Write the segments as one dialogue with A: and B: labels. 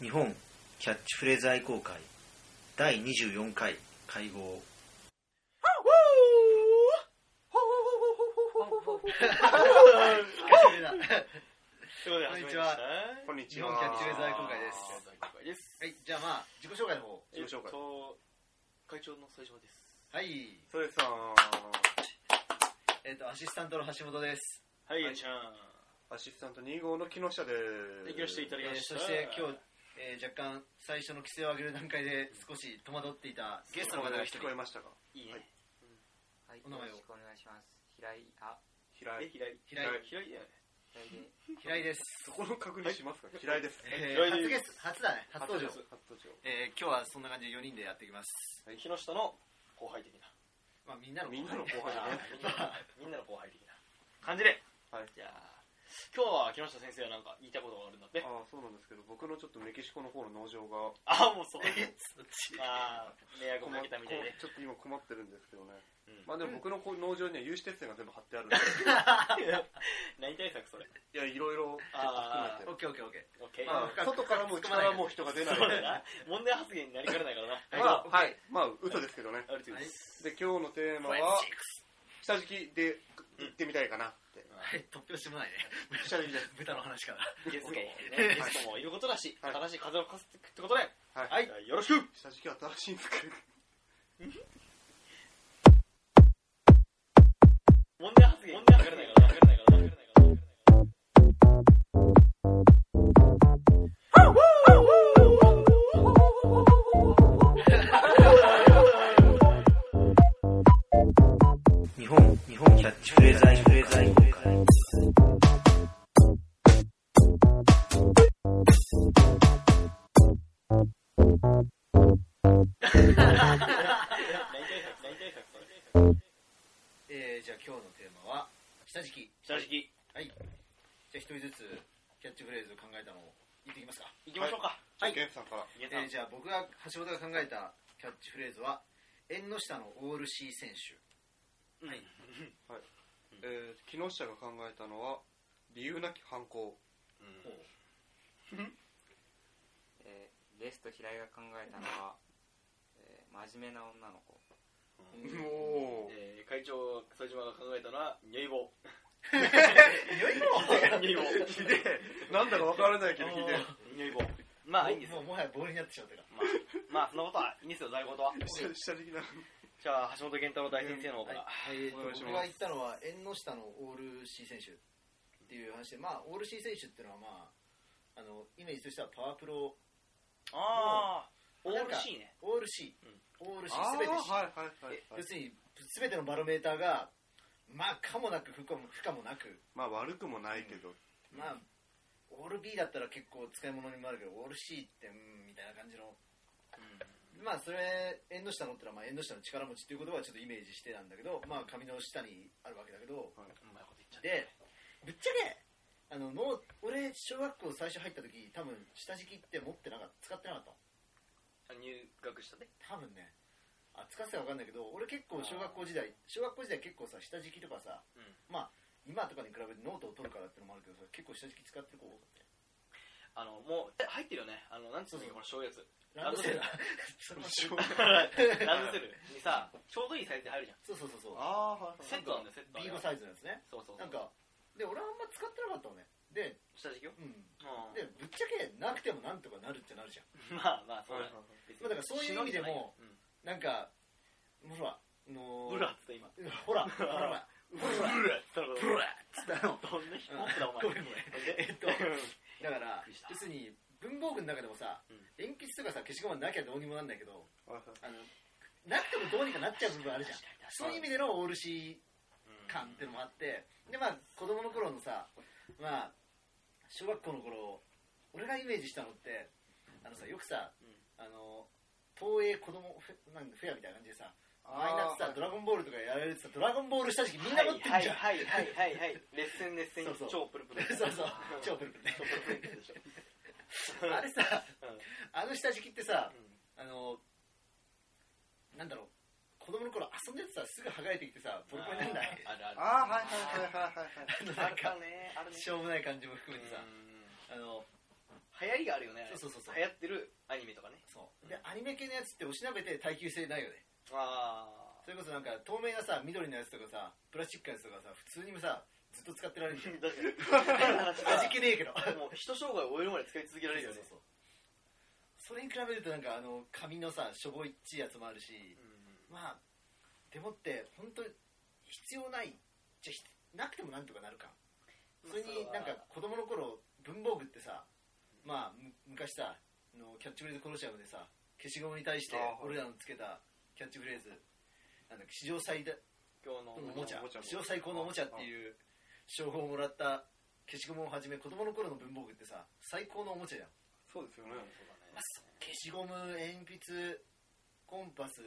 A: 日本キャッチフレーズ愛好会第24回会合
B: ということで始まりました
C: こんに
D: 日
C: ち
D: 本
C: は。
D: キャッチフレーズ愛好会ですは
B: です。
D: い、じゃあまあ、自己紹介の方。
B: えっ
C: 自己紹介
B: と、会長の最初です。
D: はい、
C: それさ
D: えっ、と、アシスタントの橋本です。
B: はい、
C: はい
B: ちゃん。
C: ん、アシスタント2号の木下です。
B: 提供していただ
D: えー
B: きまし
D: そ
B: た。
D: して今日、えー若干最初の規制を上げる段階で少し戸惑っていたゲストの方が一
C: 聞
D: 人
C: こえましたか
B: いいね。
E: はい、
D: お名前を
E: よろしくお願いします。平井、あ、
C: 平
B: え、
C: 井。
B: 平
D: 平
B: 井。
D: 井
B: 平井だよね。
E: 平井
D: 平井で
E: で、
D: す、
C: そこの確認しますか平井です。
D: えー
B: 平井
D: 初
B: で
D: ゲスト初だね初登場
C: 初登場。
D: えー今日はそんな感じで4人でやっていきます、
C: はい
B: 木下の後輩的な。
D: まあ、みんなの
C: みんなの後輩じゃない
B: みんなの後輩的な感じで。
C: はい
B: じゃあ、今日は木下先生はなんか言いたいことがあるんだって。
C: ああ、そうなんですけど、僕のちょっとメキシコの方の農場が、
B: あ、もうそこ
D: え
B: で。
D: そっち
B: あー、迷惑を
C: 困
B: か
C: っ
B: けたみたいで。
C: ちょっと今困ってるんですけどね。
B: うん
C: まあでも僕のこう農場には有刺鉄線が全部張ってあ るんで、
B: 何対策それ。
C: いや、いろいろ、ちょっと
B: あ
D: オ
C: 含
D: ッ
C: めて。
D: ケーオッケーオッケー
B: オッケー。
C: まあ、外からも内からも人が出ない
B: そうだな。問題発言になりかねないからな。
C: ま
D: は
C: あ、はいい。まあ、嘘ですけどね。
B: ある程度
D: はい
C: で、今日のテーマは、下敷きで行ってみたいかなって。
D: はい突拍子もないね
C: 下敷きです。
D: 豚の話から
B: ゲストもね、
D: はい
B: ゲストもいることだし、
C: はい
B: 新しい風を吹かすってことで、
C: はい。
B: はい、よろしく
C: 下敷きは新しいんですけど。
B: 問題発言、問題発言だからな、分からないからな、分からない
A: 日本日本キャッチフレーズ愛好 会
B: からな。何対策、何対策、何対策。
D: えーじゃあ今日のテーマは下敷き
B: 下敷き、
D: はいじゃあ一人ずつキャッチフレーズを考えたのを言っていきますか
B: 行きましょうか。
C: はい。ゲンさんから。
B: 皆さ
D: えー、
B: ん
D: じゃあ僕が橋本が考えたキャッチフレーズは縁の下のオール C 選手
B: はい。
C: えー、木下が考えたのは、理由なき犯行。
B: うん
E: えー、ゲスト平井が考えたのは、えー、真面目な女の子。
C: おー。
B: えー会長、副島が考えたのは、如意棒。
C: ひでえなんだかわからないけど、ひでえ
B: 如意棒。まあ、いいんです
D: もう。も
B: よ
D: はやボールになってしまったから
B: まあ、そんなことはいいんですよ、在庫とは。
C: 下下敷きな。
B: じゃあ、橋本健太郎大先生の方から。
D: はい、えーと
C: お願いします
D: 僕が言ったのは縁の下のオール C 選手っていう話でまあオール C 選手っていうのはまああのイメージとしてはパワープロ
B: あー、オ
D: なんか
B: ール C ね。
D: オール C、オール C 全て C、
C: はいはいはいは
D: 要
C: い。
D: するに全てのバロメーターがまあかもなく不可も不可もなく
C: まあ、悪くもないけど。
D: まあオール B だったら結構使い物にもなるけどオール C ってうんみたいな感じのまあそれ縁の下のってのはまあ縁の下の力持ちっていう言葉はちょっとイメージしてたんだけどまあ髪の下にあるわけだけど
B: うまいこと言っちゃった。
D: でぶっちゃけあのの俺小学校最初入った時多分下敷きって持ってなかった使ってなかっ
B: 入学したね。
D: た多分ねあ使ってたか分かんないけど俺結構小学校時代小学校時代結構さ下敷きとかさ、
B: うん
D: まあ今とかに比べてノートを取るからってのもあるけどさ結構下敷き使ってる子多かったよ
B: あの、もう、え入ってるよね。あの、なんつうの、この小やつ。
D: ランドセルだ
B: ランドセルにさ、ちょうどいいサイズで入るじゃん。
D: そうそうそうそう
C: ああ、はい
B: セットなんだよ、セット。
D: B5 サイズのやつね
B: そうそうそ
D: な
B: う。
D: ん、かで俺はあんま使ってなかったのねで
B: 下敷きよ。
D: うん
B: う
D: でぶっちゃけなくてもなんとかなるってなるじゃん
B: ん。まあまあ、そう
C: はいは
B: だ
C: い
B: ね。別
D: ま
B: に
D: あだからそういう意味でも、なんかもうほらあのー
B: ブラって今。
D: うわほらほらほら
B: ブラって言った
D: ほらつったの
B: どんな飛行機だ、お前。
D: ごめんごめんえっとだから
B: びっくりした
D: 要するに文房具の中でもさ、
B: うん
D: 鉛筆とかさ消しゴムなきゃどうにもなんないけど
C: はい
D: あのなくてもどうにかなっちゃう部分あるじゃんそういう意味でのオールシー 感ってのもあってでまあ子供の頃のさまあ小学校の頃俺がイメージしたのってあのさよくさ、
B: うん
D: あの東映子供フェなんかフェアみたいな感じでさマ
C: あー
D: イナスさドラゴンボールとかやられてさドラゴンボール下敷きみんな持ってんじゃん、
B: はいはいはいはいはい。熱戦熱戦
D: そうそう、
B: 超プルプル。
D: そうそう超プルプルね
B: 超プルプルでしょ。
D: あれさ、
B: うん
D: あの下敷きってさ
B: う、ん
D: あの、なんだろう、子供の頃遊んでてさ、すぐ剥がれてきてさ、ボロボロになんない。
B: あるある。
C: ああ、はいはいは
D: あのなん
B: あ
C: いはいはい。
B: る
D: か、
B: かね、あるね。
D: しょうもない感じも含めてさ、
B: うん
D: あの、
B: 流行りりがあるよね
D: そうそうそうそう
B: 流行ってるアニメとかね
D: そうでアニメ系のやつっておしなべて耐久性ないよね
B: あ
D: それこそなんか透明なさ緑のやつとかさプラスチックのやつとかさ普通にもさずっと使って られる じゃん
B: ー確か に
D: 味気ねえけど
B: もう人生涯終えるまで使い続けられるよね
D: そうそうそうそれに比べるとなんかあの紙のさしょぼいっちいやつもあるし
B: うん
D: まあでもって本当に必要ないじゃひなくてもなんとかなるか
B: まあ
D: それになんか子供の頃文房具ってさまあむ昔さあのキャッチフレーズコロシアムでさ消しゴムに対して
C: あーはい
D: 俺らのつけたキャッチフレーズなんだっけ史上最大
B: 今日の
D: おもちゃ
C: おもちゃ
D: 史上最高のおもちゃっていう称号をもらった消しゴムをはじめ子供の頃の文房具ってさ最高のおもちゃじゃん
C: そうですよね
B: うんそうだね
D: 消しゴム鉛筆コンパス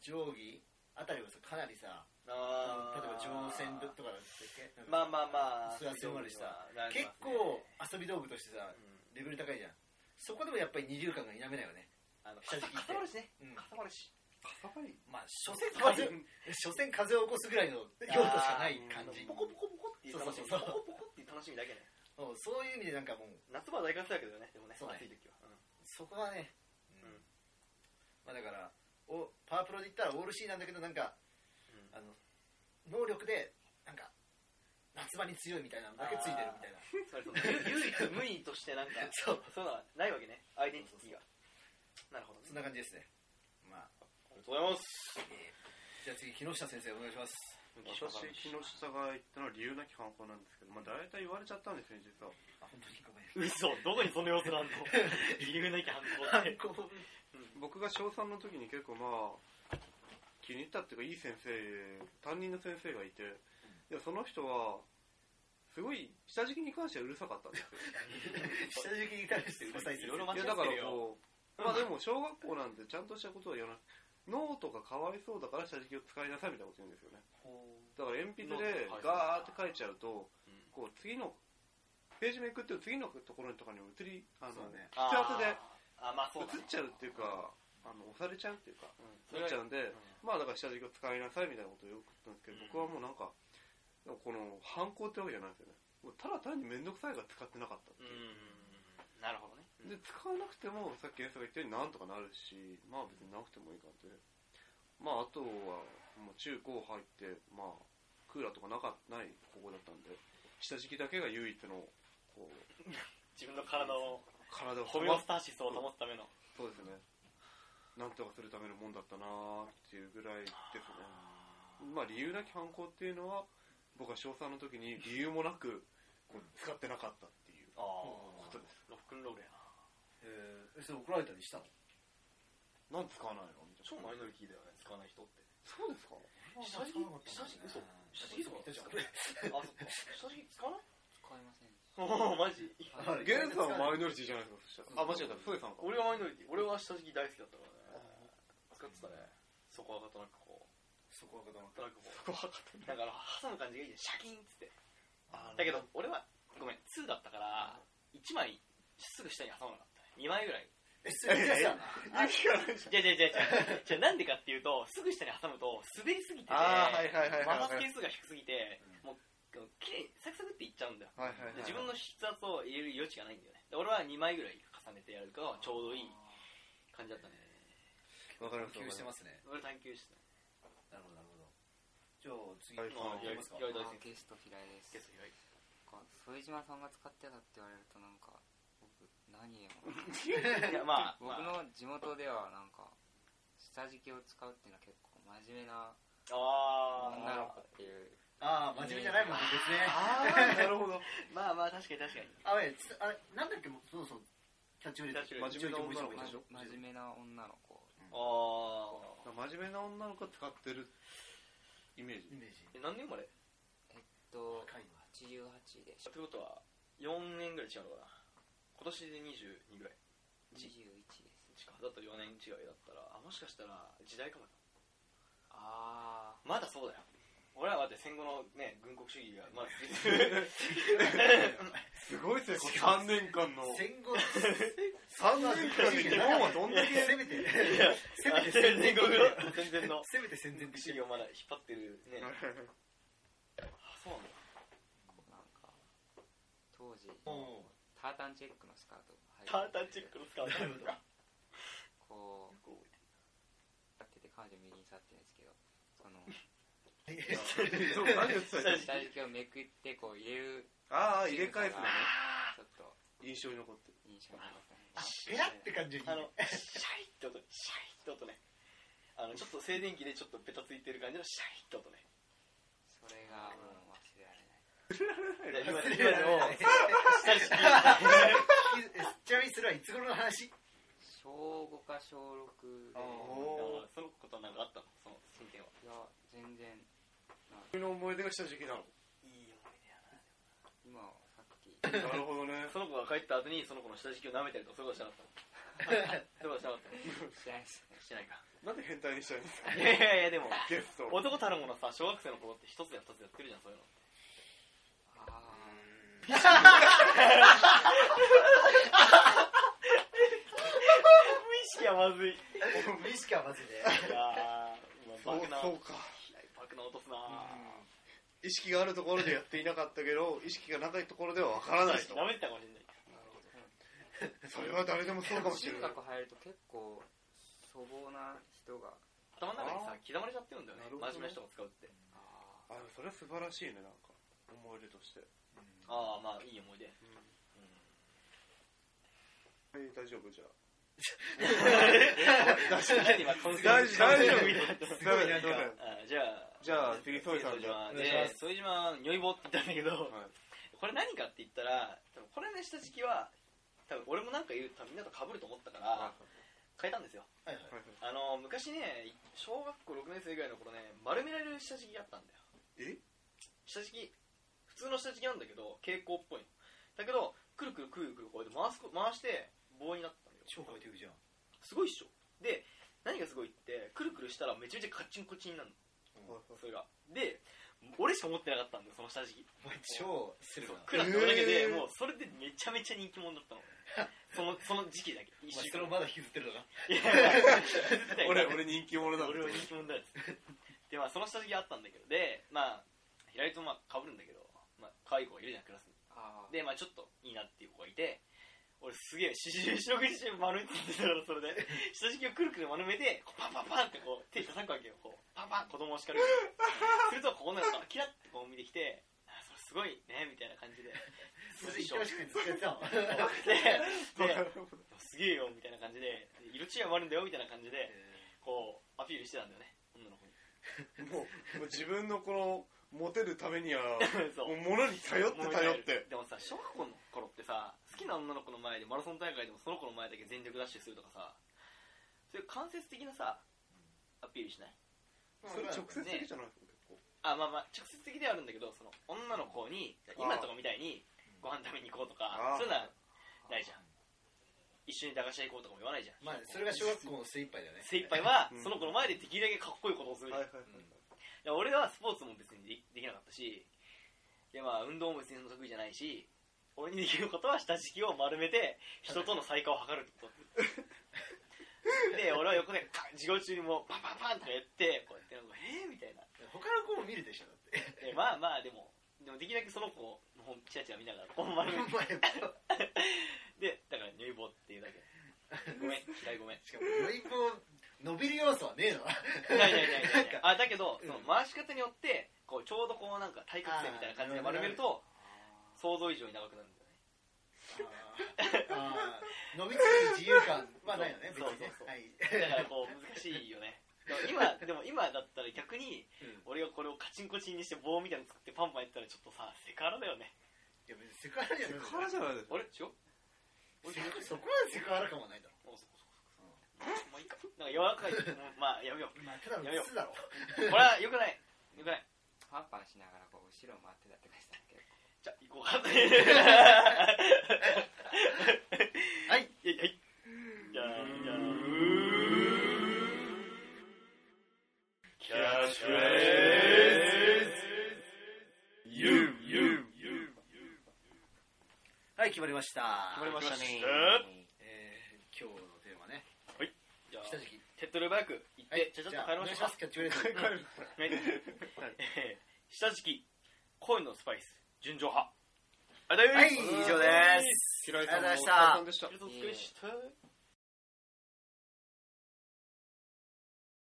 D: 定規あたりはさかなりさ例え
B: あー
D: ば乗船とかだったっけなんか
B: まあまあまあ
D: 素足までした
B: ライブはね
D: 結構遊び道具としてさ
B: うん
D: レベル高いじゃんそこでもやっぱり二流感が否めないよね
B: あの
D: 下敷きって
B: 固まるしね
D: うん
B: 固まるし
C: かわいい
D: まあ所詮風 所詮風を起こすぐらいの用途しかない感じ
B: ポコポコポコっていう楽しみ
D: そ
B: ポ
D: うそうそう
B: コポコっていう楽しみだけね
D: そうそういう意味でなんかもう
B: 夏場は大活躍だけどねでもね
D: そうね
B: 暑い時はうん
D: そこはね、うん
B: うん
D: まあ、だからおパワープロで言ったらオール C なんだけどなんか
B: うん
D: あの能力でなんか夏場に強いみたいなのだけついてるみたいな
B: つまりその唯唯一無二としてなんか
D: そう
B: そういうのはないわけねアイデンティティがなるほど
D: そん
B: ね
D: な感じですねまあ
B: ありがとうございます
D: じゃあ次木下先生お願いします
C: 私木下が言ったのは理由なき反抗なんですけどまあ大体言われちゃったんですね実は
D: あ本当にごめん
B: 嘘どこにその様 子なんの理由なき反抗って
C: 僕が小3の時に結構まあ気に入ったっていうかいい先生担任の先生がいて、いやその人はすごい下敷きに関してはうるさかったんですよ
D: 下敷きに対してうるさい先生
B: いろいろ間
C: い
B: 違って
C: や
B: る
C: だ
B: よ
C: からこうまあでも小学校なんてちゃんとしたことは言わない脳とかかわいそうだから下敷きを使いなさいみたいなこと言うんですよねだから鉛筆でガーって書いちゃうと
B: うん
C: こう次のページめくってる次のところとかにも移りあの
D: そうね
C: 筆圧で
B: あーあまあそうだ
C: 移
B: ね
C: っちゃうっていうかあの押されちゃうっていうか
B: それ
C: なっ
B: は
C: ちゃうんで
B: うん
C: まあだから下敷きを使いなさいみたいなことをよく言ったんですけど、
B: うん
C: 僕はもうなんか、でもこの反抗ってわけじゃないですよね。もうただ単に面倒くさいから使ってなかったって
B: う
C: いう。
B: んなるほどね
C: で、使わなくても、さっきエさが言ったようになんとかなるし、まあ別になくてもいいかって。まああとは、もう中高入って、まあ、クーラーとかなかない高校だったんで、下敷きだけが唯一の、こう、
B: 自分の体を
C: 体を
B: ホメオスターシスを保つための
C: そうですね。なんとかするためのもんだったなーっていうぐらいですね。まあ理由なき反抗っていうのは、僕は小3の時に理由もなく、こう使ってなかったっていう
B: あ
C: こ
B: あ
C: とです。
B: ロックンロールやな
D: えー、それ怒られたりしたの
C: なんで使わないのみたいな。
B: ノリティだよね使わない人って
C: そうですか
B: 下敷き下敷き嘘下敷きとか
D: じゃん
B: あそっか下敷き使わない
E: 使いませんでし
B: おおマジ
E: た
D: はい
C: ゲンさんはマイノリティじゃないですか。そしたらあ、間違えた。ソエさんか。
B: 俺はマイノリティ俺は下敷き大好きだったからね使ってたねそこはかとなくこう
D: そこは固まっ
B: トラックこうだから挟む感じがいいじゃんシャキーンっつって
D: た
B: だけど俺はごめん2だったから1枚すぐ下に挟まなかったね2枚ぐらい
D: えそれじゃさ
B: あ
C: 勇気がないじ
B: じゃあじゃあじゃあじゃあじゃあなんでかっていうとすぐ下に挟むと滑りすぎてて
C: あーはいはいはいはい
B: 摩擦係数が低すぎて
D: う
B: もうきれいにサクサクっていっちゃうんだよ
C: ゃん。はいはいはい。
B: で自分の筆圧を入れる余地がないんだよねで俺は2枚ぐらい重ねてやるからちょうどいい感じだったね
C: わかります。
D: 研究してますすね
B: 俺探求してた
D: なるほどなるほどじゃあ
C: はい
D: 次
B: まあ
D: いきますか
B: やりたい
E: あ
B: ですね
E: ゲスト平井です
B: ゲスト開い
E: なんか副島さんが使ってたって言われるとなんか僕何へも
B: ていやまあ
E: 僕
B: まあ
E: の地元ではなんか下敷きを使うっていうのは結構真面目な
B: あ
E: 女の子っていう
D: ああ真面目じゃないもんね別ね
C: あー、なるほ ど。
B: ーまあまあ確かに確かに
D: あれつあれなんだっけもそうそうキャッチフレーズ
B: キャッ
C: チフレーズ真面目な女の子
E: ま
C: でしょ
E: 真面目な女の子
B: ああ
C: 真面目な女の子が使ってるイメージ。
D: イメージ
B: え何年生まれっ
E: と
D: 若いの
E: 88で
B: てことは4年ぐらい違うのかな今年で22ぐらい
E: 21です
B: 近くだったら4年違いだったらあもしかしたら時代かもよ
E: あ
B: まだそうだよ俺らはだって戦後のね軍国主義が まだ続いてる
C: すごい成功。3年間の。
D: 戦後
C: 3年間で日本はどんだけ。
D: せめて せめて
B: 戦
D: 戦前
B: 後の戦前の
D: せめて戦前
B: 軍
D: で
B: 国
D: し
B: 主義をまだ引っ張ってるねあそうなんだ
E: あなんか当時
D: おう
E: タータンチェックのスカートを履い
B: タータンチェックの使わない
D: なるほど
E: こう
B: こう
E: やってて彼女右に座ってるんですけどそ の
C: そう何言ってたの
E: 下敷きをめくってこう入れる
C: ああ入れ替えすのね
E: ちょっと
C: 印象に残ってる
E: 印象に残って
D: あペラって感じに
B: あのシャリって音シャリって音ねあのちょっと静電気でちょっとペタついてる感じのシャリって音ね
E: それがもう忘れられない
B: で今
D: 忘れ
B: 今
D: られな
B: で
D: い
B: も下敷き
D: ちなみにそれはいつ頃の話
E: 小5か小6で
B: あそのことはなんかあったのその進展はい
E: や全然
C: 君の思い出が下敷きなの
B: いい思い出やな
E: 今はさっき
C: なるほどね
B: その子が帰った後にその子の下敷きを舐めたりとかそういうことし なかったのそういうことしなかったの
E: 知らないです
B: してないか
C: なんで変態にしたいんです か
B: いやいやいやでも
C: ゲストを
B: 男たるものさ小学生の頃って一つや二つやってるじゃんそういうの
E: ああ
B: 無意識はまずいい
D: 無意識はまずね
B: やー
C: そ
B: バ
C: う
B: クな
C: そうか
B: バクな落とすな
C: 意識があるところでやっていなかったけ ど意識がないところではわからないと
B: 舐めてたかもしれない
C: それは誰でもそうかもしれ
E: 中
C: ない
E: 学入ると結構粗暴な人が
B: 頭の中にさ刻まれちゃってるんだよね
C: なるほどね
B: 真面目な人が使うって
E: あ
C: あそれは素晴らしいねなんか思い出として
B: ああまあいい思い出
C: はい大丈夫じゃあ
B: 大丈夫今完成
C: 大大丈夫
D: すごいなんか
C: ダメダメ
B: あじゃあ
C: じゃあ次ソイさんじゃあ
B: あで副島如意棒って言ったんだけど、
C: はい
B: これ何かって言ったら多分これの下敷きは多分俺もなんか言う多分みんなと被ると思ったから変えたんですよ
D: はい
C: はいはい
B: あの昔ね小学校6年生ぐらいの頃ね丸められる下敷きがあったんだよ
C: え
B: 下敷き普通の下敷きなんだけど蛍光っぽいのだけどくるくるくるくるこうやって回すこ回して棒になったのよ
D: 超ハイテクじゃん
B: すごいっしょで何がすごいってくるくるしたらめちゃめちゃカッチンコチンになるのそれがで俺しか持ってなかったんだよその下敷き
D: お前超する
B: そう
D: わ
B: クラスのだけで、
C: へー
B: もうそれでめちゃめちゃ人気者だったのそのその時期だけ一
D: お前
B: 週
D: それ
B: 間
D: をまだ引きずってるのか
B: い や
C: 俺俺人気者だ
B: 俺は人気者だよでまあその下敷きあったんだけどでまあ平井とまあかぶるんだけど、まあ可愛い子がいるじゃんクラスに
E: あ
B: でまあちょっといいなっていう子がいて俺すげえ四十四六時中丸めてたからそれで下敷きをくるくる丸めてこうパンパンパンってこう手叩くわけよこうパンパン子供を叱るようにするとここの中からキラッてこう見てきてあそれすごいねみたいな感じで
D: それ引きましくずっとやってたの
B: でですすげえよみたいな感じで色違いもあるんだよみたいな感じでこうアピールしてたんだよね女の子に
C: もうもう自分のこのモテるためには
B: そう
C: もう物に頼って頼って
B: でもさ小学校の頃ってさ好きな女の子の前でマラソン大会でもその子の前だけ全力ダッシュするとかさそういう間接的なさアピールしない
C: それ直接的じゃない
B: あまあまあ直接的ではあるんだけどその女の子に今とかみたいにご飯食べに行こうとか
C: あー
B: そういうのはないじゃん一緒に駄菓子屋行こうとかも言わないじゃん
D: まあそれが小学校の精一杯だよね
B: 精一杯は
C: うん
B: その子の前でできるだけかっこいいことをするじゃん
C: はいはいはい
B: いや俺はスポーツも別にでできなかったしで、まあ、運動も別に得意じゃないし俺にできることは下敷きを丸めて人との再会を図るってことで俺は横でパン授業中にもうパンパンパンとかやってこうやってなんかえー、みたいな
D: 他の子も見るでしょだって
B: でまあまあでもでもできるだけその子の本チラチラ見ながらこう丸めて
D: お前
B: でだから入房っていうだけごめん嫌いごめん
D: しかも酔い伸びる要素はねえの
B: ないないないない
D: なんか
B: あだけど、
D: うん
B: その回し方によってこうちょうどこうなんか対角線みたいな感じで丸めると想像以上に長くなるんだよね
D: あー飲みつける自由感はないよね別にね
B: そうそうそう
D: はい
B: だからこう難しいよねでも今でも今だったら逆に
D: うん
B: 俺がこれをカチンコチンにして棒みたいなの作ってパンパンやったらちょっとさセクハラだよね
D: いや別にセクハラじゃない
C: セクハラじゃないです
B: あれ違う俺
D: セ
B: セク
D: クそこまでセクハラかもないだろ
B: あそこそこそこまあいいかなんか柔らかいうんまあやめよう
D: まあただの普通だろ
B: これはよくないよくない
E: パンパンしながらこう後ろを回ってたって感じだけど
B: じゃあ行こうかはい
D: はい
B: いやいやはいじゃあじゃあ
C: キャッシュフレーズ You, you, you
D: はい決まりました
B: 決まりましたね
D: えー今日のテーマね
B: じゃあ
D: 下敷き
B: 手っ取り早く行っ
D: はい
B: てちゃちゃっ
D: じ
B: と
D: ゃあ
B: 帰り
D: お
B: ま
D: 願い
B: し
D: し
B: ょう
D: ますキャッチフレーズ
B: はいえー下敷き恋のスパイス純情派はい、
D: はい以上です
C: 平井さん
D: ありがとうございました
C: もお疲れさんでした
B: ありがとうございました